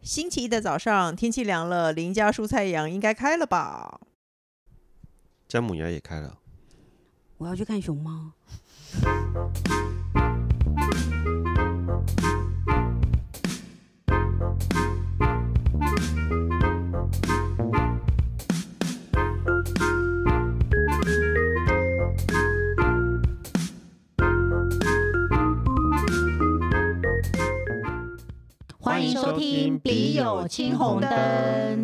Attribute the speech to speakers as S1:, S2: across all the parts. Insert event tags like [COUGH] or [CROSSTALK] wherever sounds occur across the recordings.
S1: 星期一的早上，天气凉了，邻家蔬菜阳应该开了吧？
S2: 姜母鸭也开了，
S3: 我要去看熊猫。欢迎收听《笔友青红灯》。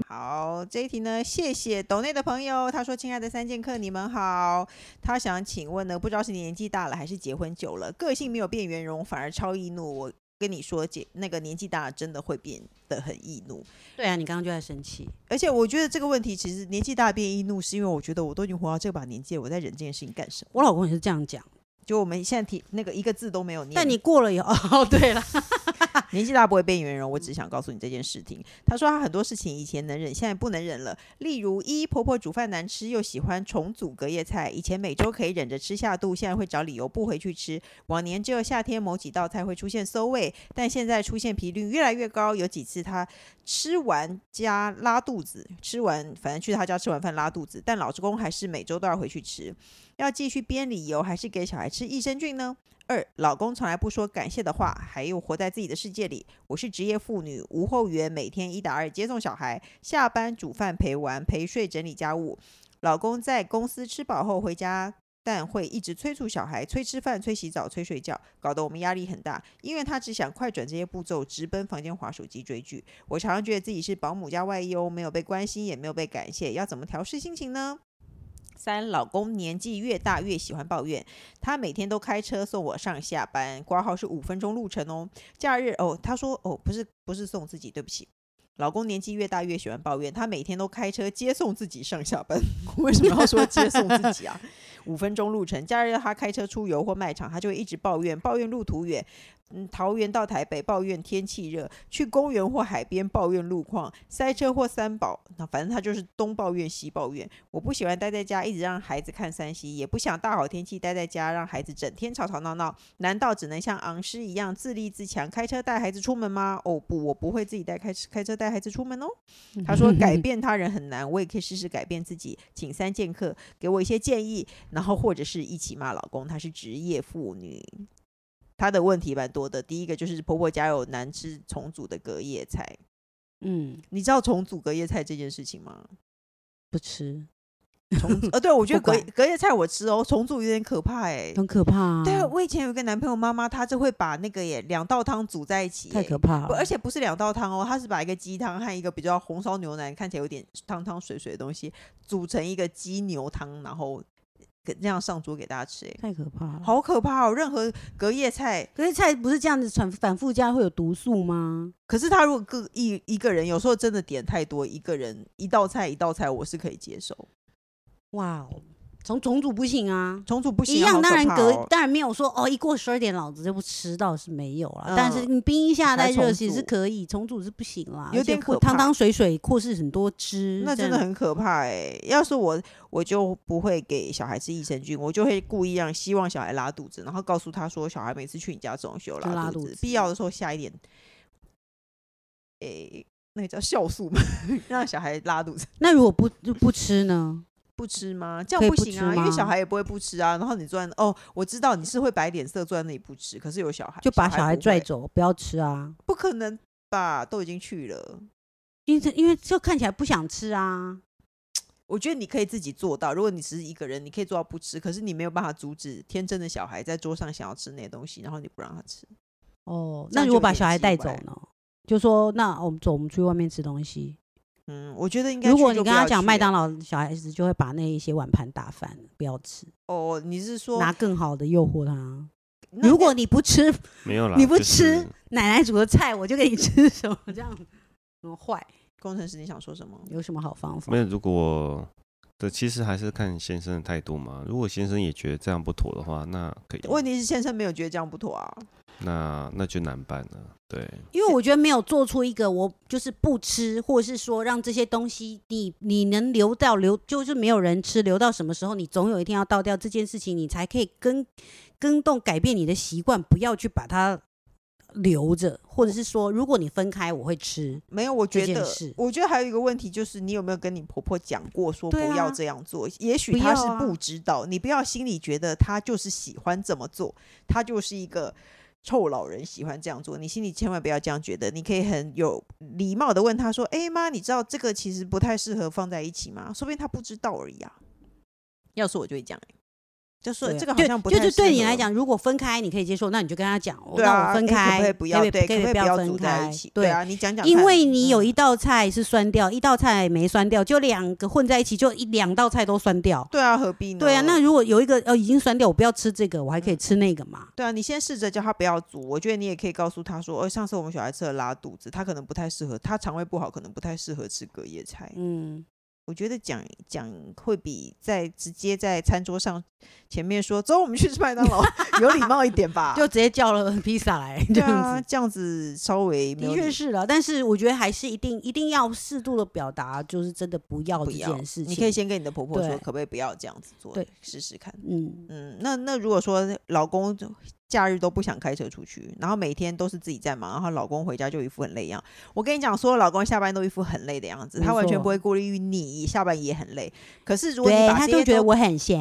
S1: 好，这一题呢，谢谢抖内的朋友，他说：“亲爱的三剑客，你们好。”他想请问呢，不知道是年纪大了还是结婚久了，个性没有变圆融，反而超易怒。我跟你说，姐，那个年纪大了真的会变得很易怒。
S3: 对啊，你刚刚就在生气。
S1: 而且我觉得这个问题，其实年纪大变易怒，是因为我觉得我都已经活到这把年纪了，我在忍这件事情干什么？
S3: 我老公也是这样讲，
S1: 就我们现在提那个一个字都没有念，
S3: 但你过了以后，哦，对了，
S1: [LAUGHS] 年纪大不会变圆融，我只想告诉你这件事情。他说他很多事情以前能忍，现在不能忍了。例如一，婆婆煮饭难吃，又喜欢重组隔夜菜，以前每周可以忍着吃下肚，现在会找理由不回去吃。往年只有夏天某几道菜会出现馊味，但现在出现频率越来越高。有几次她吃完加拉肚子，吃完反正去她家吃完饭拉肚子，但老公还是每周都要回去吃。要继续编理由，还是给小孩吃益生菌呢？二，老公从来不说感谢的话，还有活在自己的世界里。我是职业妇女，无后援，每天一打二接送小孩，下班煮饭陪玩、陪睡、整理家务。老公在公司吃饱后回家，但会一直催促小孩，催吃饭、催洗澡、催睡觉，搞得我们压力很大。因为他只想快转这些步骤，直奔房间划手机追剧。我常常觉得自己是保姆加外佣，没有被关心，也没有被感谢，要怎么调试心情呢？三，老公年纪越大越喜欢抱怨，他每天都开车送我上下班，挂号是五分钟路程哦。假日哦，他说哦，不是不是送自己，对不起。老公年纪越大越喜欢抱怨，他每天都开车接送自己上下班。 [LAUGHS] 为什么要说接送自己啊？五分钟路程，假日他开车出游或卖场，他就会一直抱怨，抱怨路途远，嗯，桃园到台北抱怨天气热，去公园或海边抱怨路况，塞车或三宝，那反正他就是东抱怨西抱怨。我不喜欢待在家，一直让孩子看山西，也不想大好天气待在家，让孩子整天吵吵闹闹。难道只能像昂师一样自立自强，开车带孩子出门吗？哦不，我不会自己带开开车带孩子出门哦。他说改变他人很难，我也可以试试改变自己。请三剑客给我一些建议，然后或者是一起骂老公，她是职业妇女。她的问题蛮多的，第一个就是婆婆家有难吃重组的隔夜菜，
S3: 嗯，
S1: 你知道重组隔夜菜这件事情吗？
S3: 不吃，
S1: 重
S3: [LAUGHS]
S1: 组呃，对我觉得
S3: 不
S1: 隔
S3: 管
S1: 隔夜菜我吃哦，重组有点可怕哎、
S3: 很可怕、啊。
S1: 对啊，我以前有一个男朋友妈妈，她就会把那个耶两道汤煮在一起耶，
S3: 太可怕
S1: 不，
S3: 了。
S1: 而且不是两道汤哦，它是把一个鸡汤和一个比较红烧牛腩，看起来有点汤汤水水的东西，煮成一个鸡牛汤，然后给那样上桌给大家吃。哎，
S3: 太可怕了。
S1: 好可怕哦！任何隔夜菜，
S3: 可是菜不是这样子反反复加会有毒素吗？
S1: 可是他如果各一一个人，有时候真的点太多，一个人一道菜一道菜，我是可以接受。
S3: 哇哦，重重组不行啊。
S1: 重组不行啊，
S3: 一样
S1: 好可
S3: 当然
S1: 怕
S3: 隔、
S1: 哦
S3: 当然没有说哦，一过十二点老子就不吃，倒是没有啦。
S1: 嗯
S3: 但是你冰一
S1: 还
S3: 下再热
S1: 重
S3: 洗是
S1: 组
S3: 可以，重组是不行啦，
S1: 有
S3: 而且
S1: 点
S3: 会
S1: 可
S3: 汤
S1: 怕
S3: 汤水水，或是很多汁，
S1: 那嗯真的很可怕哎、要是我，我就不会给小孩吃益生菌，我就会故意让希望小孩拉肚子，然后告诉他说，小孩每次去你家这种有
S3: 就拉
S1: 拉
S3: 肚
S1: 子
S3: 子，
S1: 必要的时候下一点，诶、那个叫酵素嘛， [LAUGHS] 让小孩拉肚子。
S3: 那如果不不吃呢？
S1: 不吃吗？这
S3: 可以
S1: 样不
S3: 不
S1: 行
S3: 吃
S1: 啊，因为
S3: 吗
S1: 小孩也不会不吃啊。然后你坐在那哦，我知道你是会摆脸色坐在那里不吃，可是有小孩
S3: 就把小孩
S1: 不
S3: 拽
S1: 会
S3: 走，不要吃啊，
S1: 不可能吧？都已经去了，
S3: 因为这因为就看起来不想吃啊。
S1: 我觉得你可以自己做到。如果你只是一个人，你可以做到不吃，可是你没有办法阻止天真的小孩在桌上想要吃那些东西，然后你不让他吃。
S3: 哦，
S1: 这
S3: 那
S1: 样
S3: 如
S1: 就
S3: 果
S1: 有
S3: 把
S1: 点
S3: 小孩
S1: 奇
S3: 带走
S1: 怪
S3: 呢？就说那我们走，我们去外面吃东西。
S1: 嗯，我觉得应该
S3: 如果
S1: 去
S3: 你
S1: 就
S3: 跟
S1: 不
S3: 他
S1: 要
S3: 讲
S1: 去
S3: 麦
S1: 了
S3: 当劳，小孩子就会把那一些碗盘打翻，不要吃，
S1: 哦，你是说
S3: 拿更好的诱惑他。
S1: 那
S3: 如
S1: 那
S3: 果你不吃
S2: 没有啦，
S3: 你不
S2: 就是
S3: 吃奶奶煮的菜，我就给你吃什么这样，很坏。
S1: 工程师，你想说什么？
S3: 有什么好方法
S2: 没？有，如果这其实还是看先生的态度嘛。如果先生也觉得这样不妥的话，那可以，
S1: 问题是先生没有觉得这样不妥啊，
S2: 那那就难办了。对，
S3: 因为我觉得没有做出一个我就是不吃，或者是说让这些东西你你能留到留，就是没有人吃，留到什么时候，你总有一天要倒掉这件事情，你才可以跟跟动改变你的习惯，不要去把它留着，或者是说，如果你分开，我会吃。
S1: 没有，我
S3: 这
S1: 觉
S3: 件
S1: 得
S3: 事，
S1: 我觉得还有一个问题就是，你有没有跟你婆婆讲过说不
S3: 对啊
S1: 要这样做？也许
S3: 不
S1: 她
S3: 要
S1: 是
S3: 啊
S1: 不知道，你不要心里觉得她就是喜欢这么做，她就是一个臭老人喜欢这样做，你心里千万不要这样觉得。你可以很有礼貌的问她说：“哎、妈，你知道这个其实不太适合放在一起吗？说不定她不知道而已啊。”要是我就会讲、欸，就说
S3: 对
S1: 这个好
S3: 就
S1: 像不
S3: 就
S1: 太
S3: 是对你
S1: 适合
S3: 来。讲，如果分开你可以接受，那你就跟他讲，哦
S1: 对啊，
S3: 那我分
S1: 诶可
S3: 开，
S1: 不可以不要？对，
S3: 可
S1: 可不可以
S3: 不
S1: 要
S3: 分
S1: 组在
S3: 开
S1: 一起？？
S3: 对
S1: 对啊，你讲讲看，
S3: 因为你有
S1: 嗯
S3: 一道菜是酸掉，一道菜没酸掉，就两个混在一起，就一两道菜都酸掉。
S1: 对啊，何必呢？
S3: 对啊，那如果有一个呃已经酸掉，我不要吃这个，我还
S1: 嗯
S3: 可以吃那个嘛。
S1: 对啊，你先试着叫他不要煮。我觉得你也可以告诉他说，哦，上次我们小孩吃了拉肚子，他可能不太适合，他肠胃不好，可能不太适合吃隔夜菜。
S3: 嗯，
S1: 我觉得讲讲会比在直接在餐桌上前面说走，我们去吃麦当
S3: [LAUGHS]
S1: 劳有礼貌一点吧。
S3: 就直接叫了披萨来这
S1: 对
S3: 样
S1: 啊，
S3: 子。
S1: 这样子稍微 [LAUGHS] 没
S3: 的
S1: 有
S3: 确
S1: 礼
S3: 是了，但是我觉得还是一定一定要适度的表达，就是真的不要
S1: 不
S3: 这
S1: 要
S3: 件事情。
S1: 你可以先跟你的婆婆说，
S3: 对
S1: 可不可以不要这样子做
S3: 对，
S1: 试试看。
S3: 嗯，
S1: 嗯，那那如果说老公就假日都不想开车出去，然后每天都是自己在忙，然后老公回家就一副很累样。我跟你讲，所有老公下班都一副很累的样子，
S3: 没
S1: 他完全
S3: 错
S1: 不会顾虑你下班也很累。可是如果你
S3: 对，
S1: 把
S3: 他
S1: 这些
S3: 就觉得
S1: 都
S3: 我很闲，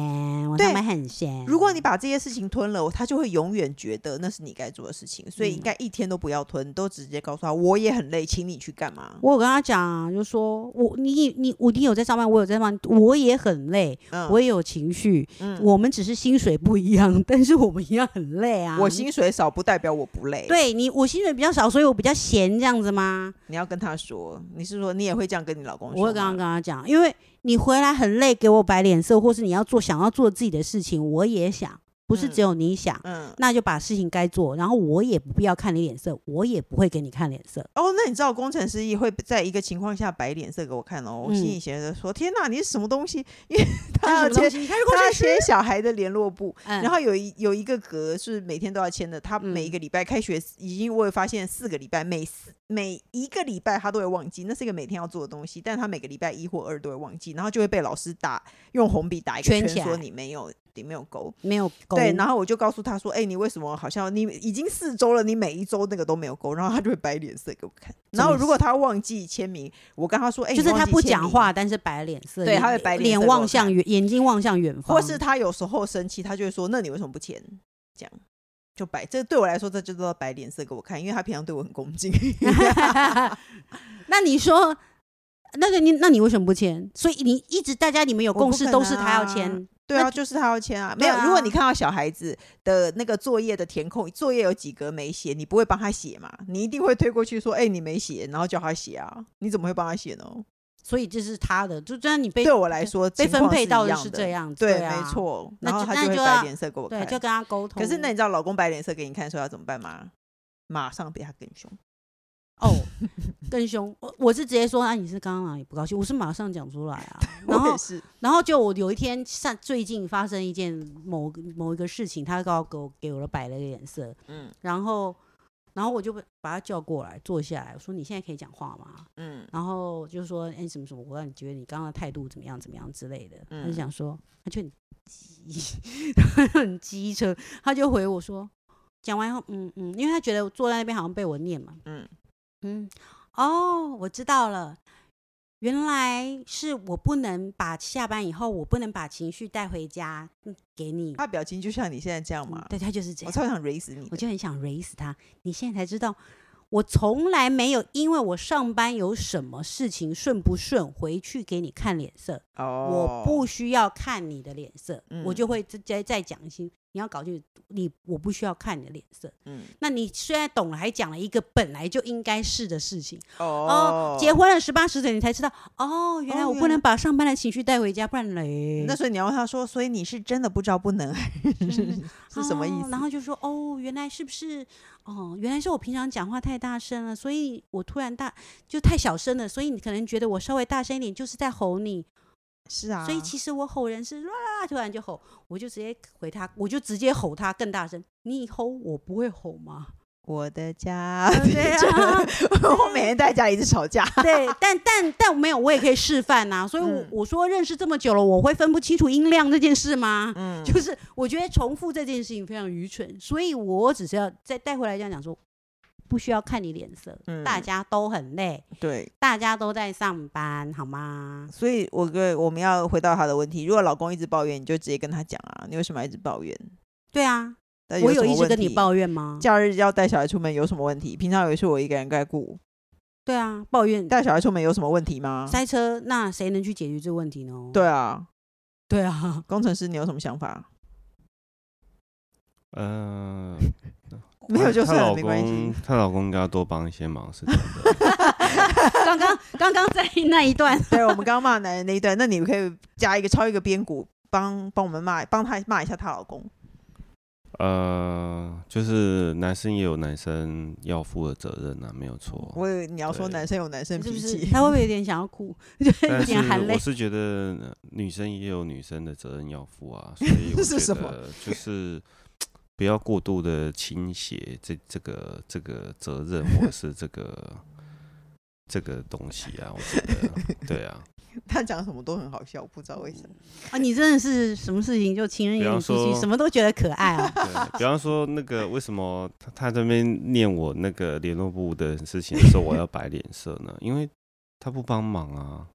S3: 我
S1: 对
S3: 上班很闲。
S1: 如果你把这些事情吞了，他就会永远觉得那是你该做的事情，所以应
S3: 嗯
S1: 该一天都不要吞，都直接告诉他我也很累，请你去干嘛？
S3: 我有跟他讲啊，就说我你你我你有在上班，我有在上班，我也很累，
S1: 嗯，
S3: 我也有情绪，
S1: 嗯
S3: 我们只是薪水不一样，但是我们一样很累啊。
S1: 我薪水少不代表我不累。，
S3: 对你我薪水比较少，所以我比较闲这样子吗？
S1: 你要跟他说，你是说你也会这样跟你老公说吗？
S3: 我会刚刚跟他讲，因为你回来很累，给我摆脸色，或是你要做想要做自己的事情，我也想，不是只有你想。
S1: 嗯，
S3: 那就把事情该做，然后我也不必要看你脸色，我也不会给你看脸色。
S1: 哦，那你知道工程师也会在一个情况下摆脸色给我看哦，我心里觉得说：“天哪，你是什么东西？”因
S3: [LAUGHS]
S1: 为他要
S3: 这
S1: 签
S3: 是什么东嗯西他是工
S1: 他要
S3: 程师
S1: 签小孩的联络簿，
S3: 嗯
S1: 然后有一有一个格是每天都要签的，他每一
S3: 嗯
S1: 个礼拜开学已经我有发现四个礼拜，每四每一个礼拜他都会忘记，那是一个每天要做的东西，但他每个礼拜一或二都会忘记，然后就会被老师打用红笔打一个
S3: 圈
S1: 圈，
S3: 起
S1: 说
S3: 来
S1: 你没有你没有勾。
S3: 嗯没有勾
S1: 对，然后我就告诉他说：“哎、你为什么好像你已经四周了，你每一周那个都没有勾？”然后他就会摆脸色给我看。然后如果他忘记签名，我跟他说：“哎、
S3: 就是
S1: 你忘
S3: 他
S1: 记
S3: 不
S1: 签
S3: 讲
S1: 名
S3: 话，。但是摆脸色，
S1: 对
S3: 眼
S1: 他会摆脸
S3: 脸
S1: 色给我
S3: 望
S1: 看
S3: 向远，眼睛望向远”方，
S1: 或是他有时候生气，他就会说：“那你为什么不签？”这样就摆，这对我来说这就叫摆脸色给我看，因为他平常对我很恭
S3: [LAUGHS]
S1: 敬。
S3: [LAUGHS] 那你说，那个你，那你为什么不签？所以你一直大家你们有
S1: 我不
S3: 共识
S1: 肯
S3: 都是他
S1: 啊
S3: 要签，
S1: 对啊，
S3: 那
S1: 就是他要签啊，没
S3: 对
S1: 有。如果
S3: 啊
S1: 你看到小孩子的那个作业的填空，作业有几格没写，你不会帮他写嘛？你一定会推过去说：“哎、你没写。”然后叫他写啊，你怎么会帮他写呢？
S3: 所以这是他的，就就像你被
S1: 对我来说，呃
S3: 被
S1: 情
S3: 分
S1: 况
S3: 配
S1: 一
S3: 到的
S1: 样
S3: 是
S1: 的
S3: 这，样子，
S1: 对，
S3: 对啊
S1: 没，错。
S3: 那
S1: 然后
S3: 就
S1: 他
S3: 那
S1: 就会
S3: 就
S1: 摆
S3: 要
S1: 脸色给我
S3: 对，
S1: 看。
S3: 就跟他沟通。
S1: 可是那你知道老公摆脸色给你看，说要怎么办吗？马上比他更凶。
S3: 哦
S1: [LAUGHS]
S3: 更凶，我我是直接说啊，你是刚刚哪里不高兴？我是马上讲出来啊，然
S1: 我
S3: 后
S1: 也是，
S3: 然后就我有一天上最近发生一件某个某一个事情，他刚好给我给我了摆了个脸色，
S1: 嗯
S3: 然后然后我就把他叫过来坐下来，我说你现在可以讲话吗？
S1: 嗯
S3: 然后就说：“哎、什么什么，我让你觉得你刚刚的态度怎么样怎么样之类的。他
S1: 嗯
S3: 就想说，他就很机， [LAUGHS] 他就很机车，他就回我说，讲完以后，嗯嗯，因为他觉得我坐在那边好像被我念嘛，
S1: 嗯
S3: 嗯，哦，我知道了。原来是我不能把下班以后，我不能把情绪带回家嗯给你。
S1: 他表情就像你现在这样
S3: 嗯
S1: 嘛。
S3: 对他就是这
S1: 我
S3: 样，
S1: 超想 r 死你
S3: 我
S1: 的。
S3: 就很想 raise 他。你现在才知道，我从来没有因为我上班有什么事情顺不顺回去给你看脸色，
S1: 哦，
S3: 我不需要看你的脸色，
S1: 嗯
S3: 我就会再再再讲一些。你要搞清楚，你我不需要看你的脸色。
S1: 嗯，
S3: 那你虽然懂了，还讲了一个本来就应该是的事情
S1: 哦
S3: 哦，结婚了十八十岁，你才知道哦，原来
S1: 哦
S3: 我
S1: 原
S3: 不
S1: 来
S3: 能把上班的情绪带回家，不然嘞， [LAUGHS]
S1: 那所以你要问他说，所以你是真的不知道不能，还是是什么意
S3: 哦
S1: 思？
S3: 然后就说哦，原来是不是哦，原来是我平常讲话太大声了，所以我突然大就太小声了，所以你可能觉得我稍微大声一点就是在吼你，
S1: 是啊，
S3: 所以其实我吼人是啦啦啦，突然就吼，我就直接回他，我就直接吼他更大声，你吼我不会吼吗？
S1: 我的家，
S3: 哦
S1: [LAUGHS]
S3: 对啊，
S1: 我每天在家里一直吵架，
S3: 对，但但但没有，我也可以示范呐、所以我，我、
S1: 嗯
S3: 说认识这么久了，我会分不清楚音量这件事吗？
S1: 嗯，
S3: 就是我觉得重复这件事情非常愚蠢，所以我只是要再带回来这样讲说，不需要看你脸色，
S1: 嗯
S3: 大家都很累，
S1: 对，
S3: 大家都在上班，好吗？
S1: 所以我跟我们要回到他的问题，如果老公一直抱怨，你就直接跟他讲啊，你为什么要一直抱怨？
S3: 对啊，
S1: 但
S3: 我
S1: 哎有
S3: 有
S1: 什么
S3: 一直
S1: 问
S3: 跟你
S1: 题，
S3: 抱怨吗？
S1: 假日要带小孩出门有什么问题？平常有一次我一个人该顾，
S3: 对啊，抱怨
S1: 带小孩出门有什么问题吗？
S3: 塞车，那谁能去解决这个问题呢？
S1: 啊对啊，
S3: 对啊，
S1: 工程师你有什么想法？
S2: 呃，
S1: [LAUGHS] 没有就
S2: 她
S1: 算了，
S2: 老
S1: 没关系
S2: 公。，她老公应该要多帮一些忙，是真的。
S3: 刚刚刚刚在那一段，
S1: 对，
S3: [LAUGHS]
S1: 我们刚刚骂男人那一段，那你可以加一个抄一个边鼓，帮帮我们骂，帮她骂一下她老公。
S2: 呃，就是男生也有男生要负的责任啊，没有错。
S1: 我以为你要说
S2: 对
S1: 男生有男生
S3: 是
S1: 脾
S3: 不
S1: 气，
S3: 是他会不会有点想要
S1: [LAUGHS]
S3: 哭，就有
S2: 但是
S3: 点含泪
S2: 我？是觉得呃女生也有女生的责任要负啊，所以我
S1: [LAUGHS] 是
S2: 觉
S1: 什么
S2: 得就是不要过度的倾斜这这个这个责任或者是这个这个东西啊，我觉得对啊，
S1: 他讲什么都很好笑，我不知道为什么。
S3: 啊，你真的是什么事情就情人
S2: 比
S3: 眼里
S2: 方
S3: 出西，
S2: 说
S3: 什么都觉得可爱
S1: [LAUGHS]
S3: 啊。
S2: 对，比方说那个为什么他他这边念我那个联络部的事情的时候，我要摆脸色呢？因为他不帮忙啊，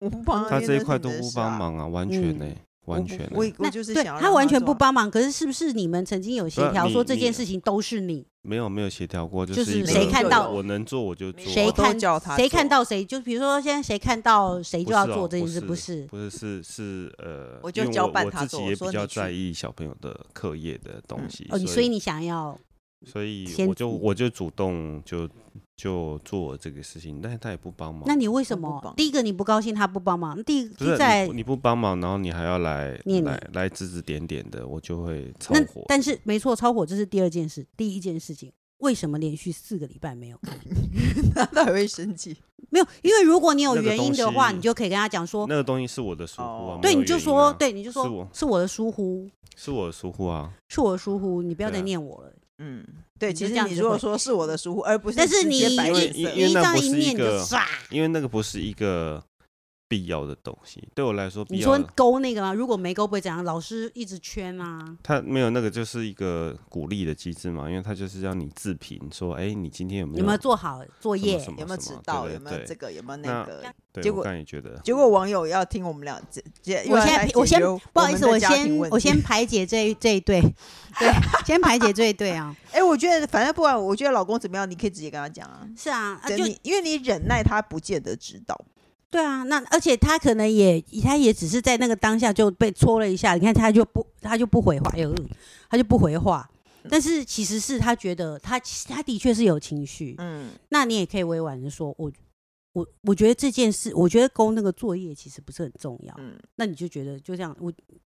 S1: 我不帮
S2: 他
S1: 哦因为
S2: 这一
S1: 那
S2: 块
S1: 是你
S2: 都
S1: 的
S2: 不
S1: 事
S2: 帮
S1: 啊，
S2: 忙啊，完全呢、
S1: 我
S2: 完
S1: 不
S2: 全欸、
S1: 我我
S3: 那
S1: 就是
S3: 对
S1: 想要
S3: 他
S1: 让
S3: 完
S1: 她
S3: 全
S1: 做
S3: 不
S1: 啊，
S3: 帮忙，可是是不是你们曾经有协
S2: 不
S3: 调
S2: 你
S3: 说这
S2: 你
S3: 件事情都是你？
S2: 没有没有协调过，
S3: 就是
S2: 是一个
S1: 谁看到
S2: 我能做我就做啊，
S3: 谁
S1: 我都
S3: 看
S1: 叫他
S3: 谁
S1: 做啊
S3: 看到谁？就比如说现在谁看到谁
S2: 不
S3: 就要
S2: 是哦
S3: 做这件
S2: 不
S3: 事，
S2: 是
S3: 不是？
S2: 不是是是呃，
S1: 我就
S2: 因为
S1: 交办
S2: 我
S1: 他
S2: 自
S1: 做
S2: 己
S1: 我
S2: 也
S1: 说
S2: 比较
S1: 你去
S2: 在意小朋友的课业的东西，
S3: 哦，你所以你想要
S2: 所以
S3: 先
S2: 我就我就主动就就做这个事情，但是他也不帮忙。
S3: 那你为什
S1: 哦我不
S3: 么
S1: 帮
S3: 第一个你不高兴他不帮忙？第一
S2: 不是
S3: 第
S2: 你
S3: 在
S2: 不你不帮忙，然后你还要来
S3: 念你
S2: 来来指指点点的，我就会超
S3: 那
S2: 火。
S3: 但是没错，超火这是第二件事，第一件事情为什么连续四个礼拜没有看？
S1: 他 [LAUGHS] 到底会生气？
S3: 没有，因为如果你有
S2: 那个
S3: 原因
S2: 东
S3: 的话，
S2: 西
S3: 你就可以跟他讲说，
S2: 那个东西是我的疏忽
S1: 哦
S2: 啊，没
S3: 对，
S2: 有
S3: 你就
S2: 原因
S3: 说，
S2: 啊，
S3: 对，你就说
S2: 是我
S3: 是我的疏忽，
S2: 是我的疏忽啊，
S3: 是我的疏忽，你不要再
S2: 对啊
S3: 念我了。
S1: 嗯，对，
S3: 你
S1: 其
S3: 就
S1: 实
S3: 这样
S1: 你
S3: 子
S1: 如果
S3: 会
S1: 说是我的疏忽，而不是
S3: 但是
S1: 直
S3: 你
S1: 接摆
S3: 因为
S1: 脸色
S2: 因为
S3: 你一
S2: 那
S3: 这样
S2: 不
S3: 一
S2: 是一
S3: 念你就
S2: 个
S3: 唰，
S2: 因为那个不是一个必要的东西，对我来说必
S3: 你
S2: 要
S3: 说
S2: 的。
S3: 勾那个吗？如果没勾不会怎样？老师一直圈啊。
S2: 他没有那个就是一个鼓励的机制嘛，因为他就是让你自评说，哎、你今天有没
S3: 有没有做好作业？
S2: 什么
S1: 有没有迟
S2: 什么
S1: 到，
S2: 对
S1: 有没有
S2: 对
S1: 这个，有没有那
S2: 那
S1: 个？
S2: 对
S1: 结果
S2: 我刚才也觉得，
S1: 结果网友要听我们俩解解，又
S3: 我
S1: 要
S3: 现
S1: 啊来
S3: 在
S1: 解
S3: 我先
S1: 决
S3: 不好意
S1: 们
S3: 思，
S1: 的
S3: 我
S1: 家庭
S3: 先
S1: 问
S3: 我
S1: 题
S3: 先排解这一这一
S1: [LAUGHS]
S3: 对，对，先排解这一对啊。
S1: 哎、我觉得反正不管，我觉得老公怎么样，你可以直接跟他讲啊。
S3: 是啊，啊
S1: 等
S3: 就
S1: 你，因为你忍耐他不见得知道，
S3: 对啊。那而且他可能也他也只是在那个当下就被戳了一下，你看他就不他就不回话，有他就不回话。但是其实是他觉得他他的确是有情绪，
S1: 嗯，
S3: 那你也可以委婉的说，我我我觉得这件事，我觉得勾那个作业其实不是很重要。
S1: 嗯
S3: 那你就觉得就这样，我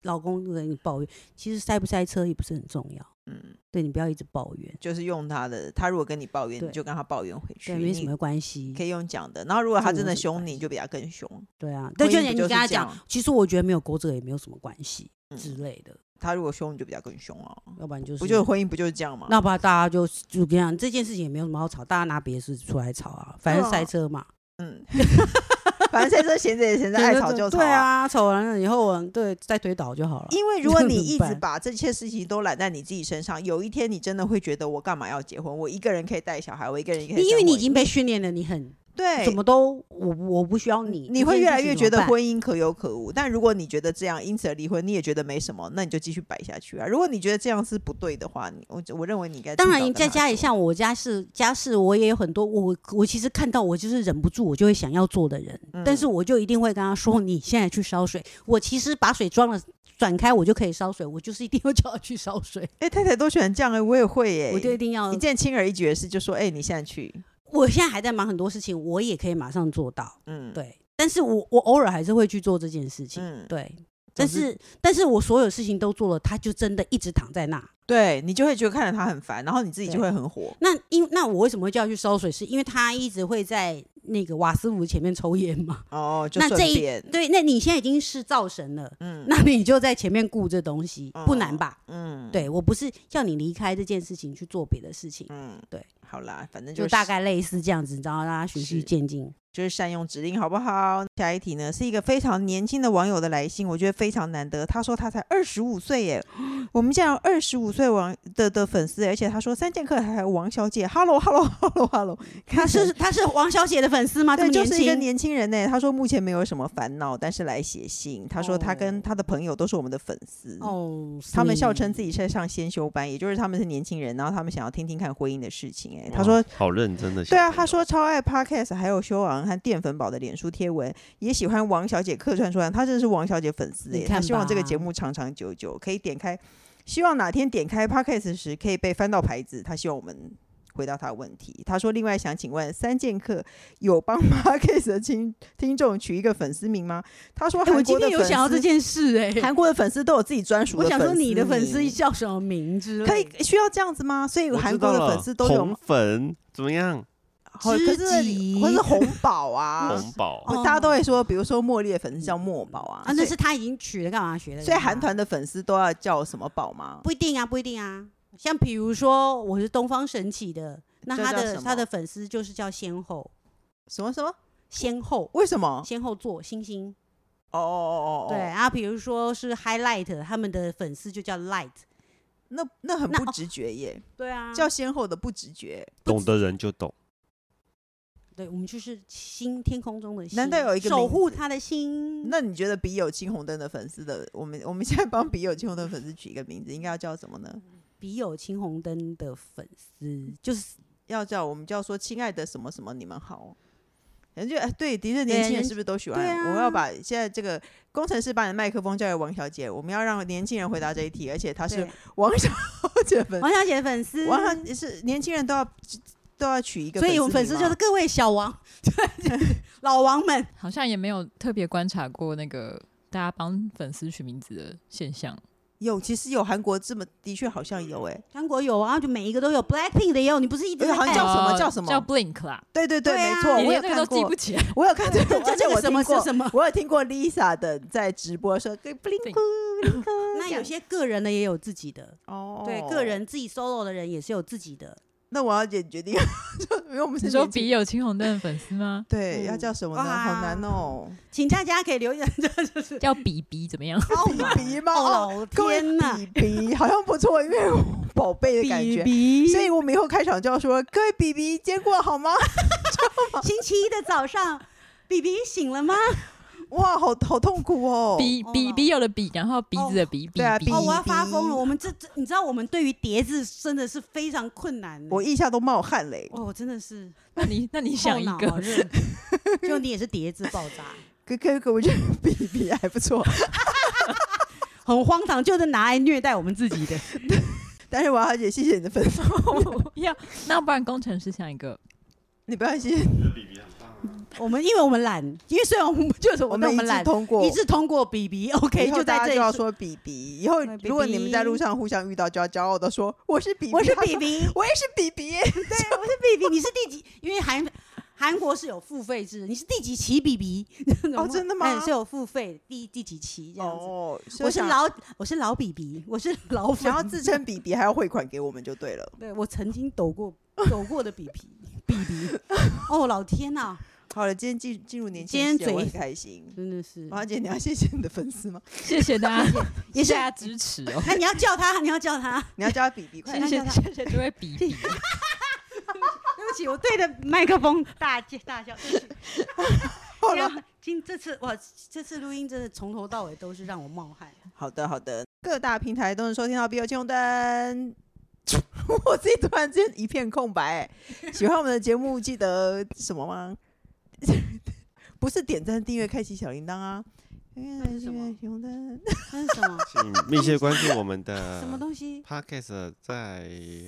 S3: 老公就跟你抱怨，其实塞不塞车也不是很重要。
S1: 嗯，
S3: 对你不要一直抱怨，
S1: 就是用他的，他如果跟你抱怨，
S3: 对
S1: 你就跟他抱怨回去，
S3: 对，没什
S1: 你
S3: 么关系
S1: 可。以用讲的。然后如果
S3: 这
S1: 他
S3: 没
S1: 真
S3: 有
S1: 的
S3: 什么
S1: 凶
S3: 关
S1: 你，
S3: 系
S1: 你就比他更凶。
S3: 对啊，对，
S1: 婚
S3: 就
S1: 姻
S3: 你
S1: 不
S3: 你
S1: 就
S3: 跟
S1: 是
S3: 他
S1: 这
S3: 讲
S1: 样，
S3: 其实我觉得没有勾这个也没有什么关系之
S1: 嗯，
S3: 类的，
S1: 他如果凶你就比他更凶啊，
S3: 要不然就是
S1: 不就婚姻不就是这样吗？
S3: 那不然大家就就跟你讲这件事情也没有什么好吵，大家拿别的事出来吵啊，反正
S1: 对啊
S3: 塞车嘛，
S1: [LAUGHS] 嗯，反正现在闲着也闲着，爱吵就吵、
S3: 对。啊，吵完了以后我对再推倒就好了。
S1: 因为如果你 [LAUGHS]
S3: 怎么
S1: 一直
S3: 办
S1: 把这些事情都揽在你自己身上，有一天你真的会觉得我干嘛要结婚？我一个人可以带小孩，我一个人也可以生活。
S3: 因为你已经被训练了，你很
S1: 对
S3: 怎么都我我不需要你，
S1: 你
S3: 这
S1: 会
S3: 件
S1: 越来
S3: 事情
S1: 越
S3: 怎
S1: 觉
S3: 么
S1: 得
S3: 办
S1: 婚姻可有可无。但如果你觉得这样，因此而离婚，你也觉得没什么，那你就继续摆下去啊。如果你觉得这样是不对的话，你我我认为你应该
S3: 当
S1: 尽
S3: 然，
S1: 早
S3: 你
S1: 跟
S3: 在
S1: 他
S3: 家里
S1: 说
S3: 像我家事家事，我也有很多我我其实看到我就是忍不住，我就会想要做的人，但是
S1: 嗯
S3: 我就一定会跟他说，你现在去烧水，我其实把水装了转开我就可以烧水，我就是一定要叫他去烧水，
S1: 哎、太太都喜欢这样哎、我也嗯会耶、
S3: 我就一定要
S1: 一。件轻而易举的事，就说哎、你现在去，
S3: 我现在还在忙很多事情，我也可以马上做到，
S1: 嗯，，
S3: 对。但是我我偶尔还是会去做这件事情，
S1: 嗯，
S3: 对。但
S1: 之
S3: 是但是我所有事情都做了，他就真的一直躺在那。
S1: 对你就会觉得看着他很烦，然后你自己就
S3: 对
S1: 会很火，
S3: 那因那我为什么会叫他去烧水？是因为他一直会在那个瓦斯炉前面抽烟嘛？
S1: 哦，就
S3: 那
S1: 顺
S3: 这一
S1: 便，
S3: [LAUGHS] 对，那你现在已经是灶神了，
S1: 嗯哦
S3: 那你就在前面顾这东西，不难吧？
S1: 嗯，，
S3: 对我不是叫你离开这件事情去做别的事情，
S1: 嗯，
S3: 对，
S1: 好啦，反正
S3: 就大概类似这样子，你知道，让他循序
S1: 是
S3: 渐进。 [LAUGHS]
S1: 就是善用指令，好不好？下一题呢，是一个非常年轻的网友的来信，我觉得非常难得。他说他才二十五岁耶，我们竟然有二十五岁王的的粉丝耶，而且他说三剑客还有王小姐，Hello Hello Hello [LAUGHS] Hello，
S3: 他是他是王小姐的粉丝吗？这
S1: 对，
S3: 么
S1: 就
S3: 年
S1: 是一个
S3: 轻，
S1: 年轻人呢。他说目前没有什么烦恼，但是来写信。他说他跟
S3: 哦
S1: 他的朋友都是我们的粉丝。
S3: 哦，
S1: 他们笑称自
S3: 己
S1: 己在上先修班，也就是他们是年轻人，然后他们想要听听看婚姻的事情。哎，他
S2: 哇
S1: 说
S2: 好认真的小
S1: 对
S2: 朋友。
S1: 啊，他说超爱 Podcast，还有修昂和淀粉宝的脸书贴文，也喜欢王小姐客串出来。他真的是王小姐粉丝
S3: 你
S1: 耶，他
S3: 看
S1: 希望这个
S3: 吧
S1: 节目长长久久，可以点开。希望哪天点开 Podcast 时可以被翻到牌子。他希望我们回答他的问题。他说：“另外想请问，三剑客有帮 [LAUGHS] Podcast 的听听众取一个粉丝名吗？”他说：“
S3: 哎我
S1: 韩
S3: 今
S1: 国的
S3: 天有
S1: 粉
S3: 想到这
S1: 丝
S3: 件事哎、
S1: 韩国的粉丝都有自己专属
S3: [LAUGHS] 我
S1: 的
S3: 想说你的粉
S1: 名
S3: 丝叫什么名字？
S1: 可以需要这样子吗？所以
S2: 我
S1: 韩
S2: 知
S1: 国
S2: 道
S1: 的粉
S2: 了
S1: 丝都有
S2: 红粉怎么样？
S1: 好可
S3: 知
S1: 是
S3: 己
S1: 或是红宝啊，
S2: [LAUGHS] 红宝
S3: 哦
S1: 大家都会说，比如说茉莉的粉丝叫墨宝啊，
S3: 啊，那是他已经取了，干嘛学的？
S1: 所以所以韩团的粉丝都要叫什么宝吗？
S3: 不一定啊，不一定啊。像比如说我是东方神起的，那
S1: 这
S3: 他
S1: 叫什
S3: 的
S1: 么
S3: 他的粉丝就是叫仙后，
S1: 什么什么？
S3: 仙后，
S1: 为什么？
S3: 仙后座星星。
S1: 哦哦哦哦，
S3: 对，，啊，比如说是 Highlight，他们的粉丝就叫 Light。
S1: 那那很
S3: 那
S1: 不
S3: 哦
S1: 直觉耶，
S3: 对啊，
S1: 叫先后的不直觉。
S2: 懂的人就懂。
S3: 对，我们就是星天空中的星，
S1: 难道有一个
S3: 守
S1: 名
S3: 护
S1: 字
S3: 他的星？
S1: 那你觉得笔友青红灯的粉丝的，我们我们现在帮笔友青红灯的粉丝取一个名字，应该要叫什么呢？
S3: 笔友青红灯的粉丝就是
S1: 要叫我们叫说亲爱的什么什么，你们好。感觉哎对，的确
S3: 对
S1: 年轻人
S3: 人
S1: 是不是都喜欢？
S3: 对啊
S1: 我要把现在这个工程师把你的麦克风交给王小姐，我们要让年轻人回答这一题，而且她啊是
S3: 对
S1: 王小姐粉丝
S3: 王小姐的粉丝，
S1: 网上也是年轻人都要都要取一个，
S3: 所以我们粉丝就是各位小王，
S1: [LAUGHS]
S3: 老王们，
S4: 好像也没有特别观察过那个大家帮粉丝取名字的现象。
S1: 有，其实有韩国这么的确好像有哎、
S3: 韩国有啊，就每一个都有，Blackpink 的也有，你不是一
S1: 而
S3: 直
S1: 且哎好
S3: 在
S1: 像叫
S3: 看
S1: 什么
S4: 哦
S1: 叫什么
S4: 叫 Blink 啦，
S1: 对对
S3: 对啊
S1: 没错，
S4: 你
S1: 我有
S4: 连那
S1: 看
S4: 个都记
S1: 过
S4: 不，起来。
S1: 我有看过，[LAUGHS]
S3: 这
S1: 而且
S3: 这
S1: 我
S3: 个什么
S1: 听
S3: 是
S1: 过，
S3: 什么？
S1: 我有听过 Lisa 的在直播说跟 Blink
S3: 那有些个人的也有自己的，
S1: 哦，
S3: 对，个。人自己 solo 的人也是有自己的。
S1: 那我要姐决定， [LAUGHS] 就因为我们是
S4: 你说
S1: 年轻？
S4: 笔友青红灯的粉丝吗
S1: [LAUGHS] 对
S3: 嗯
S1: 要叫什么呢？好难哦，
S3: 请大家可以留言，这就是
S4: 叫比比怎么样？
S3: 好
S1: 比比吗？
S3: 哦
S1: 哦，
S3: 老
S1: 各位
S3: 天呐，
S1: 比比好像不错，因为我宝贝的感觉。
S3: 比
S1: 所以我们以后开场就要说：“各位比比，见过好吗？” [LAUGHS]
S3: 星期一的早上，比比醒了吗？
S1: 哇，好好痛苦哦！
S4: 比
S3: 哦
S4: 比
S3: 老
S4: 比友的比，然后鼻子的鼻，比
S1: 对啊
S4: 比
S3: 哦，
S1: 比
S3: 我要发疯了！我们这这，你知道我们对于叠字真的是非常困难的。
S1: 我腋下都冒汗嘞。
S3: 哦，我真的是
S4: 那你那你
S3: 后
S4: 想一
S3: 脑
S4: 个
S3: 好，热，
S1: [LAUGHS]
S3: 就你也是叠字爆炸。
S1: 可可可，我觉得比比还不错， [LAUGHS]
S3: 很荒唐，就是拿来虐待我们自
S1: [LAUGHS]
S3: 己的。
S1: 但是王小姐，谢谢你的分享， [LAUGHS]
S4: 我要那不然工程师想一个，
S1: 你不要谢谢，
S3: 我们因为我们懒，因为虽然我们就是我
S1: 们
S3: 们
S1: 一
S3: 我们
S1: 致
S3: 懒，
S1: 通过
S3: 一。致通过 B B OK，
S1: 以后
S3: 就
S1: 大家
S3: 在这
S1: 就
S3: 里
S1: 要说比比，以后
S3: 哎比
S1: 如果你们在路
S3: 比
S1: 上互相遇到，就要骄傲的说我是比比，
S3: 我是
S1: 他说
S3: 比，
S1: [LAUGHS]
S3: 比，
S1: 我也是比比，
S3: 对，我是 B B，你是第几？因为韩韩国是有付费制，你是第几期 B B？
S1: 哦真的吗
S3: 哎，是有付费，第第几期这样子。
S1: 哦，所以
S3: 我是
S1: 想
S3: 老我是老 B B，我是老粉
S1: 想要自称比比，还要汇款给我们就对了。
S3: 对我曾经抖
S1: [LAUGHS]
S3: 过抖过的 B B B B，哦老天呐、
S1: 好了，今天进进入年轻
S3: 今
S1: 人
S3: 天
S1: 世界，我
S3: 嘴
S1: 很开心。
S3: 真的是。
S1: 王小姐，你 [LAUGHS] 要谢谢你的粉丝吗？
S4: 谢谢
S1: [LAUGHS]
S4: 大家，
S3: 也是
S4: 谢谢大家支持哦，
S3: 那你要叫他，你要叫他。
S1: 你要叫她比比，快
S4: 谢
S1: 点
S4: 谢谢谢这位比比，
S3: 对不起，我对着麦克风大叫大笑。对不起
S1: [LAUGHS] 好
S3: 不
S1: 了
S3: 要，今这次哇，这次录音真的从头到尾都是让我冒汗。
S1: 好的，好的，各大平台都能收听到《比尔青红灯》。 [LAUGHS] 我自己突然之间一片空白。欸喜欢我们的节目，记 [LAUGHS] 得什么吗？不是点赞、订阅、开启小铃铛啊！原
S3: 那
S1: 来
S3: 是什
S1: 因
S3: 么
S1: 为熊的
S3: 那是嗯
S1: [LAUGHS]
S3: 什么？
S2: 请嗯密切关注我们
S1: 啊
S2: 的
S3: 什么东西？
S2: podcast 在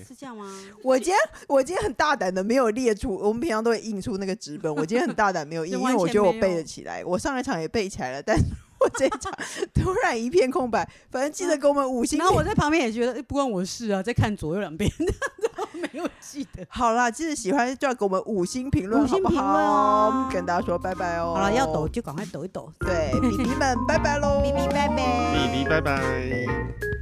S3: 是这样吗？
S1: 我今天我今天很大胆的没有列出，我们平常都会印出那个纸本，我今天很大胆没有印，
S3: 就
S1: 因
S3: 完
S1: 为我 [LAUGHS]
S3: 全
S1: 觉得我
S3: 没
S1: 背
S3: 有
S1: 得起来，我上一场也背起来了，但是我这一场突然一片空白，反正记得给我们五星
S3: 然。后我在旁边也觉得、诶不关我事啊，在看左右两边， [LAUGHS] 然后没有记得。
S1: 好啦，记得喜欢就要给我们 [LAUGHS] 五星评论，啊
S3: 五
S1: 好
S3: 星
S1: 不
S3: 评论
S1: 好？
S3: 哦
S1: 我们跟大家说拜拜哦。
S3: 好了，要抖就赶快抖一抖。
S1: 对，比比们拜拜喽，
S3: 哔哔拜拜
S2: ，B B，拜拜。